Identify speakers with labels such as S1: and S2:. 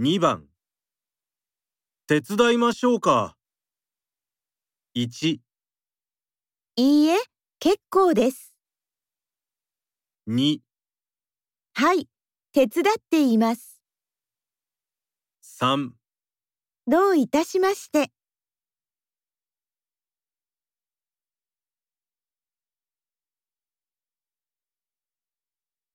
S1: 2番手伝いましょうか1、
S2: いいえ、結構です。
S1: 2、
S2: はい、手伝っています。
S1: 3
S2: どういたしまして。